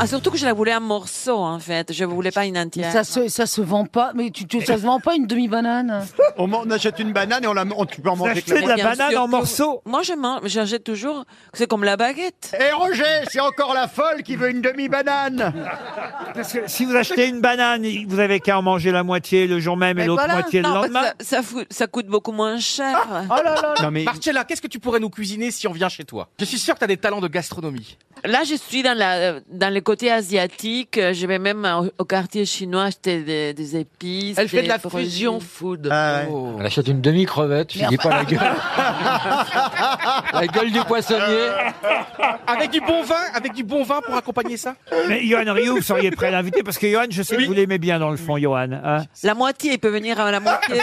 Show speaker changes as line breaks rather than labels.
Ah, surtout que je la voulais en morceaux, en fait. Je voulais pas une
Mais
entière.
ça se, ça se vend pas, mais tu, tu- ça se vend pas une demi-banane.
On, man- on achète une banane et on la, on- tu peux en manger que
achetez de la
Bien
banane
sûr
en
que-
morceaux
Moi, je mange, j'achète toujours. C'est comme la baguette.
Et Eh, Roger, c'est encore la folle qui veut une demi-banane.
Parce que si vous achetez une banane, vous avez qu'à en manger la moitié le jour même
Mais
et,
Ben
l'autre
voilà.
moitié le
Non, parce que
lendemain. Ah,
ça, ça, fou- ça coûte beaucoup moins cher.
Oh là là là.
Non mais
Marcella, qu'est-ce que tu pourrais nous cuisiner si on vient chez toi Je suis sûr que t'as des talents de gastronomie.
Là, je suis dans, la, dans le côté asiatique. Je vais même au, au quartier chinois acheter des, des épices.
Elle fait
des
de la
produits.
fusion food.
Ah ouais.
Oh.
On achète une demi-crevette, je dis pas la gueule. la gueule du poissonnier.
Avec du bon vin, avec du bon vin pour accompagner ça
Mais Johan Rioux, vous seriez prêt à l'inviter parce que Johan, je sais que vous l'aimez bien dans le fond, Johan. hein.
La moitié, il peut venir à la moitié.